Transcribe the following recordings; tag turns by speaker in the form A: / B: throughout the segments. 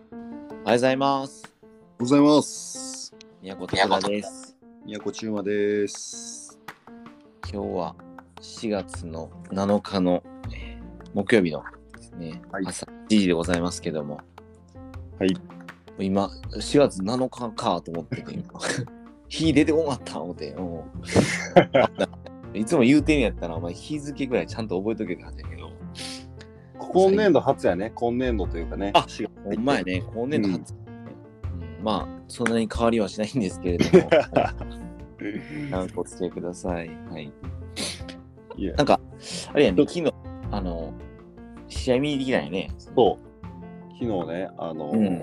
A: はようございます。
B: おはようございます。
A: 宮古哲也です。
B: 宮古中馬です。
A: 今日は4月の7日の、えー木曜日のですね、
B: はい
A: 朝7時でございますけども、
B: はい。
A: 今、4月7日かと思ってて、今 日出てこなかった思って、も ういつも言うてんやったら、お前日付ぐらいちゃんと覚えとけって感じやけど、
B: 今年度初やね。今年度というかね。
A: あほんまやね、今年度初、うんまあ、そんなに変わりはしないんですけれ ども、なんかお付き合いください。はい。
B: いや
A: なんか、あれやね、
B: ち
A: 昨日、あの、試合見に行ってきたんやね。
B: そう。昨日ね、あの、
A: うん。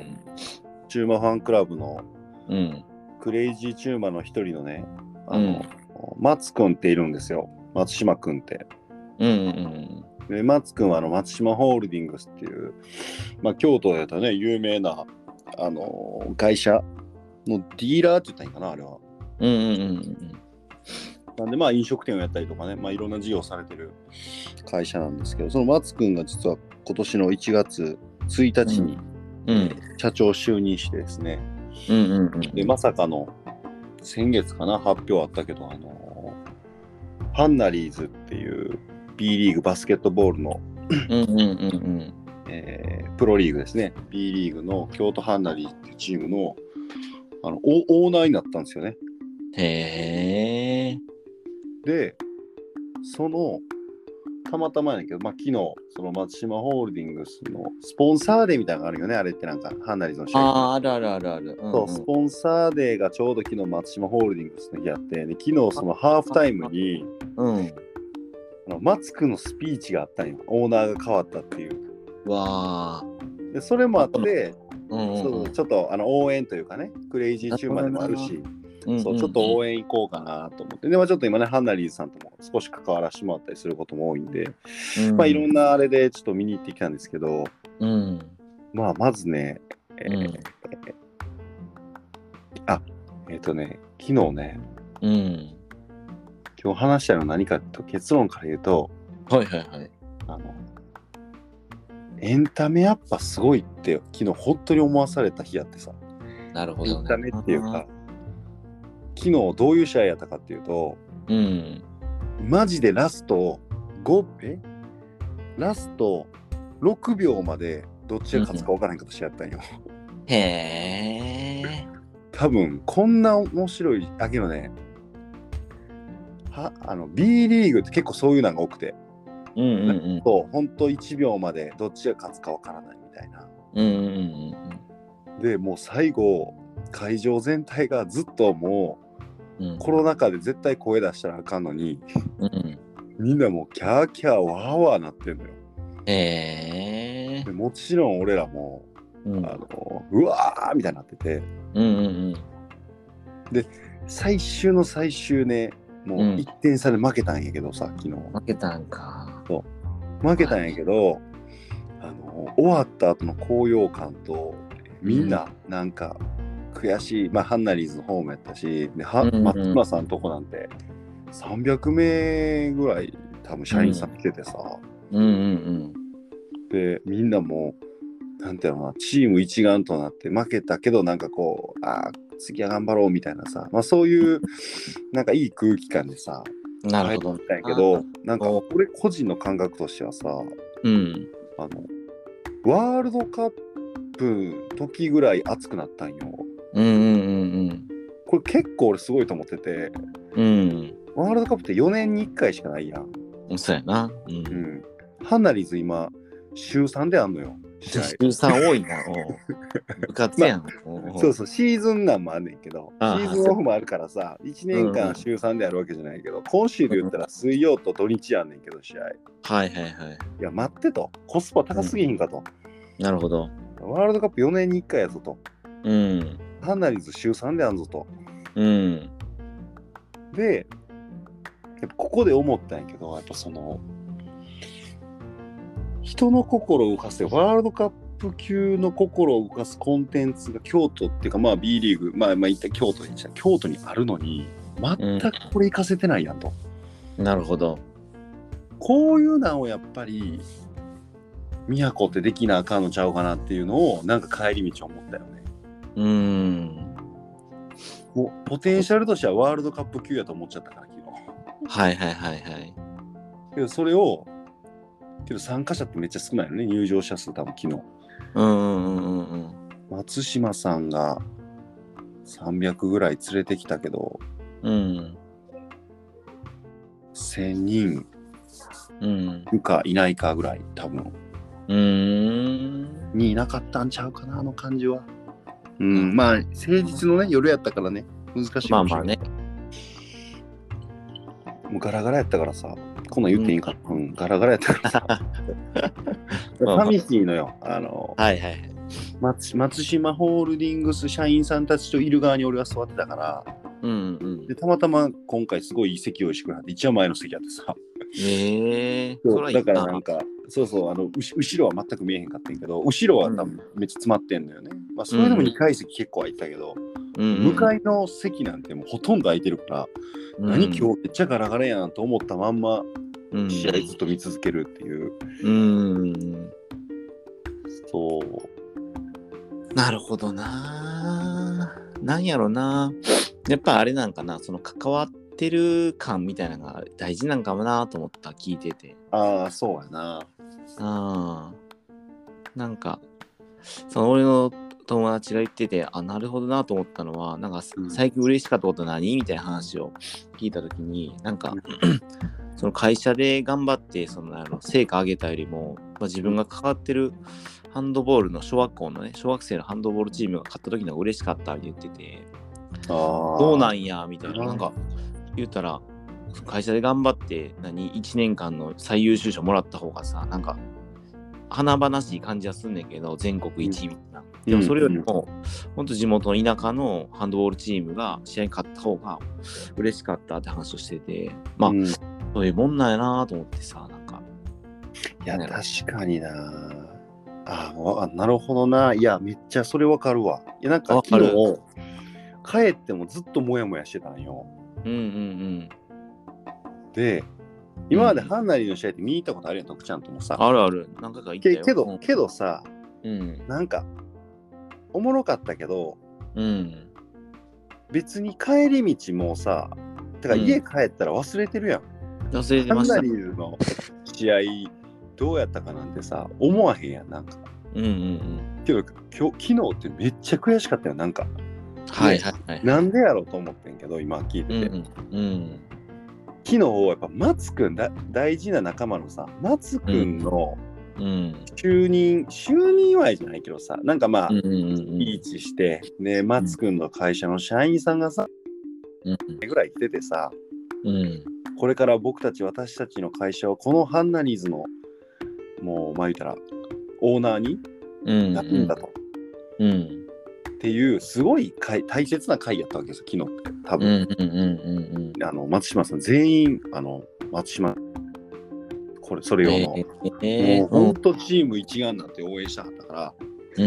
B: 中馬ファンクラブの
A: うん。
B: クレイジー中馬の一人のね、あの、松くんっているんですよ。松島くんって。
A: うんうん
B: で、松くんはあの松島ホールディングスっていう、まあ、京都でたね、有名な、あの、会社のディーラーって言ったらいいかな、あれは。
A: うん。うんうんうん
B: なんでまあ飲食店をやったりとかね、まあ、いろんな事業をされてる会社なんですけど、その松くんが実は今年の1月1日に
A: うん。うん。
B: 社長就任してですね、
A: うんうんうん。
B: でまさかの先月かな、発表あったけど、あのーハンナリーズっていう B リーグバスケットボールの、
A: うんうんうん
B: えープロリーグですね、B リーグの京都ハンナリーズっていうチームのあのオオーナーになったんですよね。
A: うん。へえ。
B: で、その、たまたまやねんけど、まあ、昨日、その松島ホールディングスのスポンサーデーみたいなのがあるよね、あれってなんか、ハンナリーズの試合。
A: あーあるあるあるある。うん
B: そう、スポンサーデーがちょうど昨日松島ホールディングスの日あって、で昨日そのハーフタイムに、
A: うん。うん。
B: あのマツクのスピーチがあったんよ。オーナーが変わったっていう。
A: わあ。
B: で、それもあって、
A: うんうん
B: そううんちょっとあの応援というかね、クレイジーチューマーでもある
A: なる
B: し、
A: うんうん
B: そうちょっと応援行こうかなと思って、で、まあ、ちょっと今ね、ハンナリーズさんとも少し関わらせてもらったりすることも多いんで、
A: うん
B: まあ、いろんなあれでちょっと見に行ってきたんですけど、
A: うん。
B: まあ、まずね、え
A: う
B: ー
A: ん
B: えっ、とね、昨日ね、
A: うん。
B: 今日話したいのは何かと結論から言うと、
A: はいはいはい。
B: あの、エンタメやっぱすごいって、昨日本当に思わされた日やってさ、
A: なるほ
B: エ
A: ど
B: ン
A: ね。
B: タメっていうか、昨日どういう試合やったかっていうと、
A: うん。
B: マジでラスト5、えラスト6秒までどっちが勝つか分からへんかとしやったんよ。
A: へえ。
B: 多分こんな面白いだけどねはあの B リーグって結構そういうのが多くて、
A: うんうんうん。
B: そうほんと1秒までどっちが勝つかわからないみたいな
A: うんうんうん
B: でもう最後会場全体がずっとも
A: うんうん
B: うコロナ禍で絶対声出したらあかんのに
A: うん
B: みんなもうキャーキャーワーワーなってんのよ
A: へえ
B: でもちろん俺らも
A: うん
B: あのうわーみたいになってて
A: うんうん
B: 最終の最終ねもう
A: うん
B: 1点差で負けたんやけどさ昨日。
A: うん負けたんか
B: 負けたんやけど、あの終わった後の高揚感とみんななんか悔しい、まあ、ハンナリーズの方もやったしでは
A: うんうん
B: 松村さんとこなんて300名ぐらい多分社員さん来ててさ、
A: うんうん
B: でみんなもうなんていうのかなチーム一丸となって負けたけどなんかこうあー次は頑張ろうみたいなさ、まあ、そういうなんかいい空気感でさ
A: うんなるほど
B: 帰ったんやけどなんか俺個人の感覚としてはさ
A: うん
B: あの、ワールドカップ時ぐらい熱くなったんよ。
A: うんうん
B: これ結構俺すごいと思ってて、
A: うんうん
B: ワールドカップって4年に1回しかないやん。
A: うんそうやなうん
B: うん。ハンナリーズ今、週3であんのよ。試 合
A: 週三多い なおう部活やんお
B: そうそう、シーズンなんもあんねんけど、シ
A: ああ
B: ーズンオフもあるからさ、1年間週3であるわけじゃないけど、今週で言ったら水曜と土日やんねんけど、試合。
A: はいはいはい
B: いや、待ってと。コスパ高すぎひんかと。
A: なるほど
B: ワールドカップ4年に1回やぞと。
A: うん
B: ハンナリーズ週3であんぞと。
A: うん
B: でやっぱここで思ったんやけどやっぱその人の心を動かせワールドカップ級の心を動かすコンテンツが京都っていうかまあ B リーグまあまあ一体京都にした京都にあるのに全くこれ行かせてないやんと、
A: なるほど
B: こういうのをやっぱり宮古ってできなあかんのちゃうかなっていうのをなんか帰り道思ったよね
A: うーん。
B: もうポテンシャルとしてはワールドカップ級やと思っちゃったから昨日
A: はいはいはいはい。
B: けどそれをけど参加者ってめっちゃ少ないよね入場者数多分昨日
A: うんうんうんうん
B: 松島さんが300ぐらい連れてきたけど
A: うん。
B: 1000人
A: うん。
B: いるかいないかぐらい多分
A: うーん。
B: にいなかったんちゃうかなあの感じはうんまあ平日のね夜やったからね難しいかもしれ
A: ま
B: な
A: あ
B: い
A: まあね。
B: もうガラガラやったからさ、こんなん言っていいんか、うん、ガラガラやったからさ。
A: まあまあ
B: 寂しいのよ。あの、
A: はいはいはい。
B: 松松島ホールディングス社員さんたちといる側に俺は座ってたから、
A: うんうん
B: で、。たまたま今回すごいいい席用意してくれはって、一応前の席やってさ。
A: ええー。そはいい
B: だ
A: な
B: からなんか、そうそう、あの、うし後ろは全く見えへんかったんやけど、後ろは多分めっちゃ詰まってんのよね。まあ、それでも2階席結構空いてたけど、
A: うんうん
B: 向かいの席なんてもうほとんど空いてるから、
A: うん
B: 何今日めっちゃガラガラやんと思ったまんま、
A: うん
B: 試合ずっと見続けるっていう。
A: うん。
B: そう。
A: なるほどな。なんやろな。やっぱあれなんかな、その関わってる感みたいなのが大事なんかもなと思った、聞いてて。
B: ああ、そうやな。
A: うん。なんか、その俺の友達が言ってて、あ、なるほどなと思ったのは、なんか
B: うん
A: 最近嬉しかったこと何みたいな話を聞いたときに、なんか
B: う、
A: その会社で頑張って、そのなんやろ成果上げたよりも、まあ、自分が関わってるハンドボールの小学校のね、小学生のハンドボールチームが勝った時の方が嬉しかったって言ってて、
B: あ
A: どうなんんやみたいな。
B: うん
A: なんか言うたら会社で頑張って何1年間の最優秀賞もらった方がさなんか華々しい感じはすんねんけど全国1位みたいな。でもそれよりも、ほんと地元の田舎のハンドボールチームが試合に勝った方が嬉しかったって話をしてて、まあ、
B: うんい
A: そういうもんなんやなと思ってさ、なんか、
B: や、確かにな。あーわなるほどな。いや、めっちゃそれわかるわ。いや、なんか
A: わか
B: 昨
A: る
B: 日、帰ってもずっとモヤモヤしてたんよ。
A: うんうんうん。
B: で、今までハンナリーの試合って見に行ったことあるやん、徳ちゃんともさ。
A: あるある、何回か行った
B: け
A: よ。
B: けど、けどさ、
A: うん、
B: なんか、おもろかったけど、
A: うん。
B: 別に帰り道もさ、てか
A: うん
B: 家帰ったら忘れてるやん。
A: 忘れて
B: ハ
A: ま
B: ン
A: した
B: ナ。リーの試合どうやったかなんてさ思わへんやんなんか
A: うんうんうん。
B: けど今日昨日ってめっちゃ悔しかったよなんか
A: はいはいはい。
B: なんでやろうと思ってんけど今聞いて
A: う
B: て、
A: んうんうん。
B: 昨日やっぱ松くんだ大事な仲間のさ松くんの
A: うん。
B: 就任、就任祝いじゃないけどさなんかまあ、
A: うんうんうん
B: リーチしてね松くんの会社の社員さんがさ
A: うん
B: ぐらい来ててさ
A: うん
B: これから僕たち私たちの会社をこのハンナリーズのもうまあ言うたらオーナーに
A: うん
B: なるんだと、
A: うんうん
B: っていうすごい会大切な会やったわけですよ昨日って多
A: うん
B: 分、
A: うんうんうん
B: あの松島さん全員あの松島これそれ用の、
A: え
B: もうほんとチーム一丸になって応援したかったから、
A: う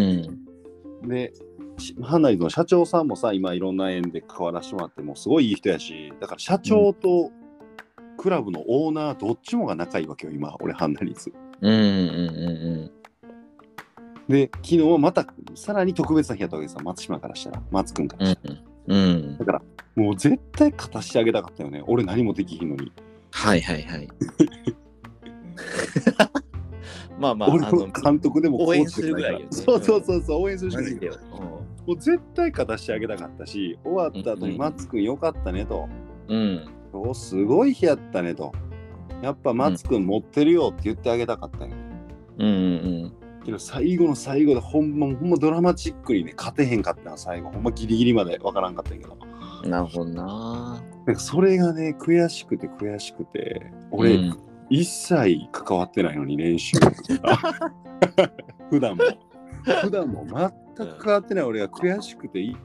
A: ん
B: でしハンナリーズの社長さんもさ今いろんな縁で関わらせてもらってもうすごいいい人やしだから社長とクラブのオーナーどっちもが仲いいわけよ今俺ハンナリーズ
A: うんうん
B: で昨日はまたさらに特別な日やったわけですよ松島からしたら松君から
A: うんう
B: し
A: ん
B: た
A: うん
B: ら、もう絶対勝たしてあげたかったよね俺何もできひんのに
A: はいはいはいまあまあ
B: 俺
A: あの
B: も監督でも
A: 応
B: コー
A: 援
B: チ
A: す
B: で
A: る
B: も
A: ぐ
B: ない
A: ら
B: か
A: いよ
B: ら
A: ね
B: そうそうそうそう応援するしか
A: マ
B: ない
A: ジ
B: か
A: で
B: らもう絶対勝たしてあげたかったし終わった
A: うん
B: 後
A: う
B: に
A: ん
B: マツ君よかったねと
A: うん
B: 今日すごい日やったねとやっぱマツ君持ってるよって言ってあげたかったね
A: うんうん
B: けど最後の最後でほんまほんまドラマチックにね勝てへんかったな最後ほんまギリギリまでわからんかったんやけど
A: うんなるほどな
B: なんかそれがね悔しくて悔しくて俺、
A: うん
B: 一切関わってないのに練習 普段も普段も全く関わってない俺が悔しくてい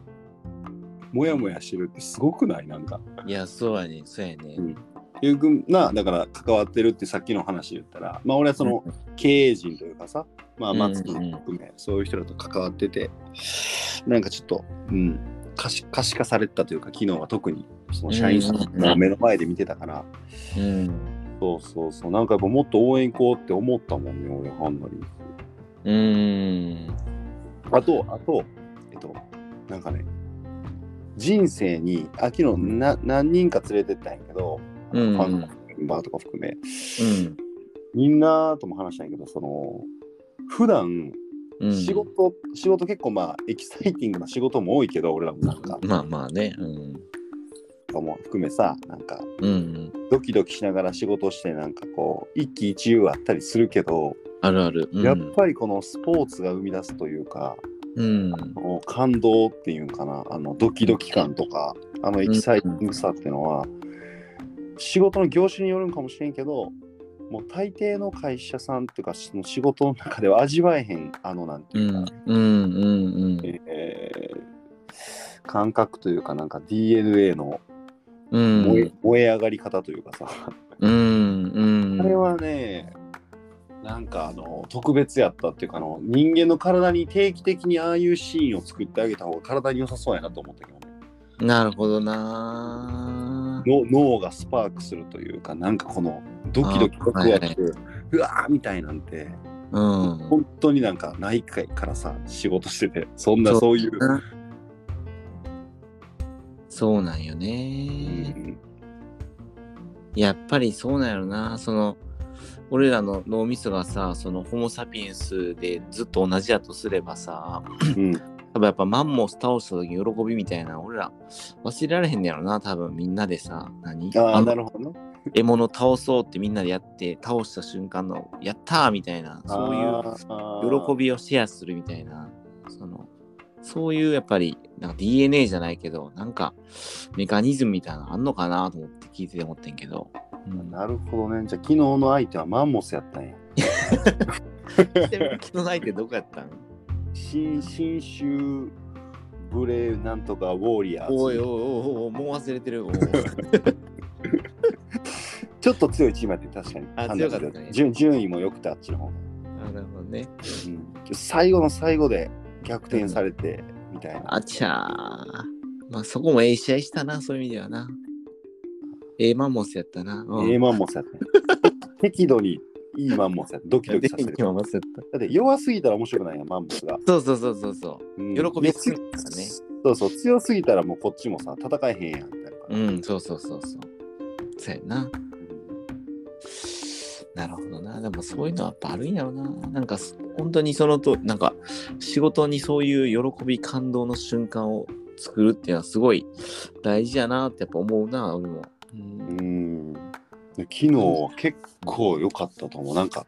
B: もやもやしてるってすごくないなんか
A: いやそうやねそうやね
B: うんゆうくんなだから関わってるってさっきの話言ったらまあ俺はその経営陣というかさまあ
A: うん
B: 松君も含め、そういう人らと関わっててなんかちょっとうん可視可視化されてたというか昨日は特にその社員さんの目の前で見てたから、
A: うん
B: そうそうそう。なんかやっぱもっと応援行こうって思ったもんね、俺、ハンガリー。
A: うーん。
B: あと、あと、えっと、なんかね、人生に、秋のな何人か連れてったんやけど、
A: うん
B: ファンのメンバーとか含め、
A: うん。
B: みんなとも話したんやけど、その、普段
A: うん、
B: 仕事、仕事結構まあ、エキサイティングな仕事も多いけど、俺らもなんか、
A: まあまあね。うん。
B: とかも含めさ、なんか、
A: うん。
B: ドキドキしながら仕事して、なんかこう、一喜一憂あったりするけど、
A: あるある。うん、
B: やっぱりこのスポーツが生み出すというか、
A: うん。
B: もう感動っていうんかなあのドキドキ感とかあのエキサイティングさっていうのは、仕事の業種によるんかもしれんけどもう大抵の会社さんっていうかその仕事の中では味わえへんあのなんて
A: う
B: い
A: ん
B: うか、
A: うんうんうん
B: えー感覚というかなんか DNA の
A: うん
B: 燃え,、燃え上がり方というかさ、
A: うんうん
B: あれはねなんかあの特別やったっていうかあの人間の体に定期的にああいうシーンを作ってあげた方が体に良さそうやなと思ったけどね
A: なるほどな
B: の脳がスパークするというかなんかこのドキドキワクワク、
A: あーはいう
B: わーみたいなんて
A: うん
B: 本当になんかないかいからさ仕事しててそんな
A: そう
B: そういう、
A: そうなんよ
B: う
A: ね
B: ん
A: やっぱりそうなんやろなその俺らの脳みそがさそのホモ・サピエンスでずっと同じやとすればさ
B: うん
A: 多分やっぱマンモス倒した時の喜びみたいな俺ら忘れられへんねやろな多分みんなでさ何
B: ああ
A: の
B: なるほどね
A: 獲物倒そうってみんなでやって倒した瞬間のやったーみたいなそういう
B: う
A: 喜びをシェアするみたいなそのそういうやっぱりなんか DNA じゃないけどなんかメカニズムみたいなのあんのかなと思って聞いてて思ってんけど、 うん、
B: なるほどねじゃあ昨日の相手はマンモスやったんや
A: ちなみに昨日ないってどこやったん
B: 新新州ブレなんとかウォーリアーズ
A: おいおいおいおいもう忘れて るおい
B: ちょっと強いチームやって確かに
A: あ
B: 判断す
A: 強
B: る
A: かったね
B: 順順位もよくてあっちの方が、
A: あなるほどね
B: うん最後の最後で逆転されて、みたいな
A: あちゃーまあそこもええ試合したなそういう意味ではなええマンモスやったな、うん
B: ええマンモスやったね。 適度にいいマンモスやった。ドキドキさせる。だ
A: マンモスやった
B: って弱すぎたら面白くないやん、マンモスが。
A: そうそうそうそうそう
B: うん
A: 喜びすぎたらね
B: でそうそう、強すぎたらもうこっちもさ、戦えへんやんみたいな。
A: うんそうそうそうそうそうやな
B: うん
A: なるほどな。でもそういうのはやっぱあるんやろな。なんかす本当にそのと、なんか仕事にそういう喜び、感動の瞬間を作るっていうのはすごい大事やなってやっぱ思うな、俺も。うん。
B: うん。で昨日は結構良かったと思う。なんか、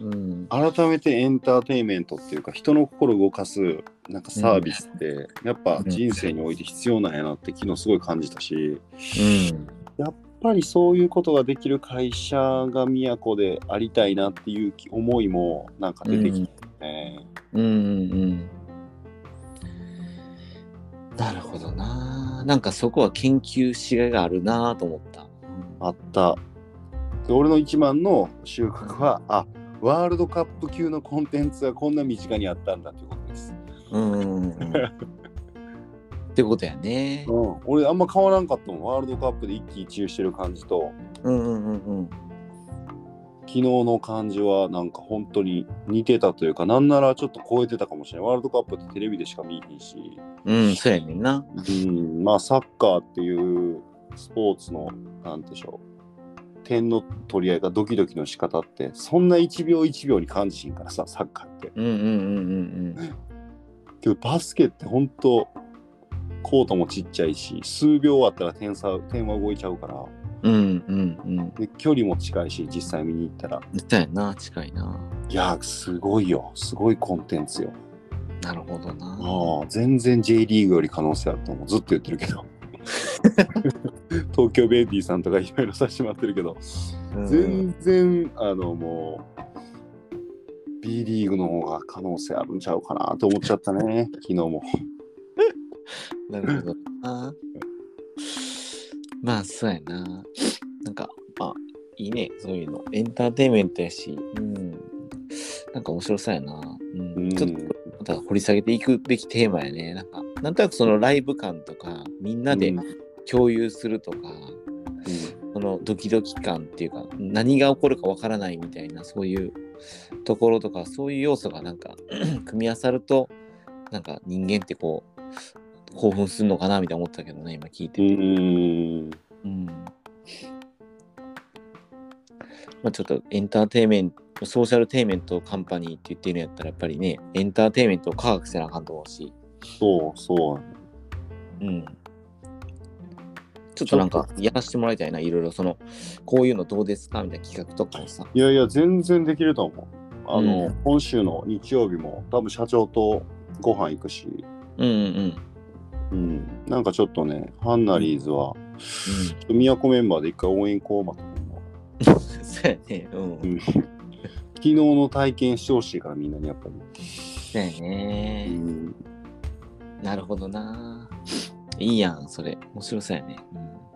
A: うん。
B: 改めてエンターテインメントっていうか、人の心動かす、なんかサービスって、やっぱ人生において必要なんやなって昨日すごい感じたし。やっぱりそういうことができる会社が宮古でありたいなっていう気思いもなんか
A: うん。う
B: 出てき
A: ん。
B: たね。
A: うん。うん。なるほどな。なんかそこは研究しがいがあるなと思った。
B: あった。で俺の一番の収穫は、あワールドカップ級のコンテンツがこんな身近にあったんだということです。
A: うん。うんうんうん、ってことやね。
B: うん、俺あんま変わらんかったもん。ワールドカップで一喜一憂してる感じと、
A: うんうんうんうん。
B: 昨日の感じはなんか本当に似てたというか、なんならちょっと超えてたかもしれない。ワールドカップってテレビでしか見えへんし。
A: うん、そうやねんな。
B: うん、まあサッカーっていうスポーツのなんでしょう点の取り合いがドキドキの仕方ってそんな1秒1秒に感じひんからさサッカーって
A: うんうんうんうん
B: けどバスケって本当コートもちっちゃいし数秒あったら点差点は動いちゃうから
A: うんうんうんうん
B: で距離も近いし実際見に行ったら
A: 似たやな近いない
B: やすごいよすごいコンテンツよ
A: なるほどな
B: ああ全然 J リーグより可能性あると思うずっと言ってるけど東京ベイビーさんとかいろいろさせてもらってるけど
A: うん
B: 全然あのもう B リーグの方が可能性あるんちゃうかなと思っちゃったね昨日も
A: なるほどなまあそうやななんかまあいいねそういうのエンターテインメントやしうんなんか面白そうやな、うん
B: うん
A: ちょっとまた掘り下げていくべきテーマやねなんかなんとなくそのライブ感とかみんなで
B: うん
A: 共有するとか、そのドキドキ感っていうか何が起こるかわからないみたいなそういうところとかそういう要素がなんか 組み合わさるとなんか人間ってこう興奮するのかなみたいな思ったけどね今聞いて
B: う
A: て、
B: ん。
A: うんまあ、ちょっとエンターテインメントソーシャルテイメントカンパニーって言ってるんやったらやっぱりねエンターテインメントを科学せなあかんと思うし、
B: そうそう。
A: うん、ちょっとなんかやらせてもらいたいないろいろそのこういうのどうですかみたいな企画とかをさ
B: いやいや、全然できると思う。あの、
A: うん
B: 今週の日曜日も、多分社長とご飯行くし、
A: うんうんうん
B: うん、なんかちょっとね、ハンナリーズは、
A: う
B: 宮古メンバーで一回応援行こうまた思う。
A: ん、そうやね。うん。
B: うん昨日の体験してほしいから、みんなにやっぱ
A: そうや
B: り。
A: ね。
B: ん、
A: なるほどな。いいやん、それ。面白そうやね。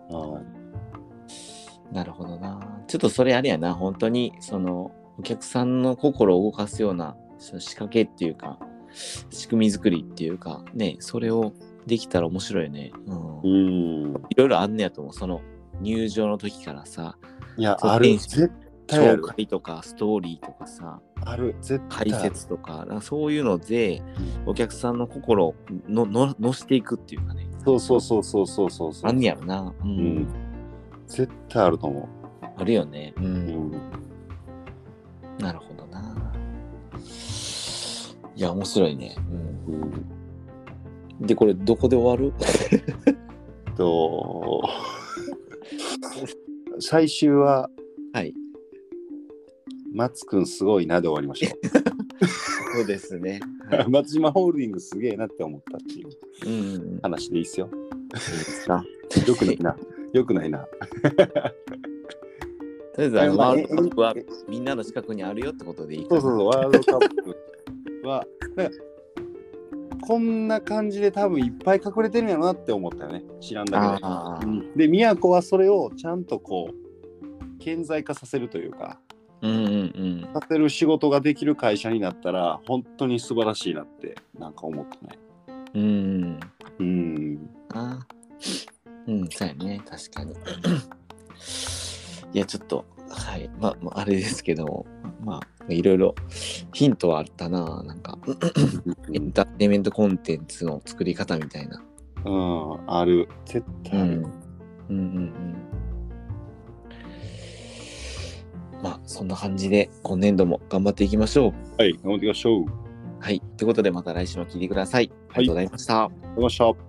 B: はい
A: うん、なるほどな。ちょっとそれあれやな、本当に、その、お客さんの心を動かすようなその仕掛けっていうか、仕組み作りっていうか、ね、それをできたら面白いよね。うん。
B: う
A: い
B: ん。
A: ろいろあんねやと思う。その、入場の時からさ、
B: いや、
A: そう
B: あ
A: ええ
B: る。絶対あ
A: 紹
B: る。
A: 介とか、ストーリーとかさ、
B: ある。絶
A: 解
B: 対ある。
A: 説とかなんかそういうのでお客さんの心をのののしていくっていうかね
B: そうそうそうそうそうそうそう。
A: あんねやろな、うん
B: うん。絶対あると思
A: あるよね、うん
B: う。うん。
A: なるほどないや面白いね、
B: うん、
A: うん、でこれどこで終わる
B: と、最終は、
A: はい
B: マツくんすごいなで終わりましょ。
A: そうですね、はいう
B: 松島ホールディングスすげえなって思ったっていう
A: うんうんうん、い
B: 話でいいっすよ。
A: いですか
B: よくないな。よくないな。
A: とりあえずあの
B: まあ
A: ワールドカップは
B: え
A: みんなの近くにあるよってことでいいか
B: そう
A: な
B: そうそう、ワールドカップは、なんかこんな感じで多分いっぱい隠れてるんやろなって思ったよね。知らんだけ
A: ああ
B: ど。うんで、宮古はそれをちゃんとこう、顕在化させるというか、
A: うんうんうん
B: させる仕事ができる会社になったら、本当に素晴らしいなって、なんか思ったね。
A: うんうん
B: うん。
A: な。うん、そうやね、確かに。いや、ちょっと、はい、まあ、まああれですけども、まあ、いろいろヒントはあったな、なんか、エンターテインメントコンテンツの作り方みたいな。
B: うん、ある。絶対ある。
A: うんうんうん。まあ、そんな感じで、今年度も頑張っていきましょう。
B: はい、頑張っていきましょう。
A: はい、ということで、また来週も聞いてください。ありがとうございました。
B: ありがとうございました。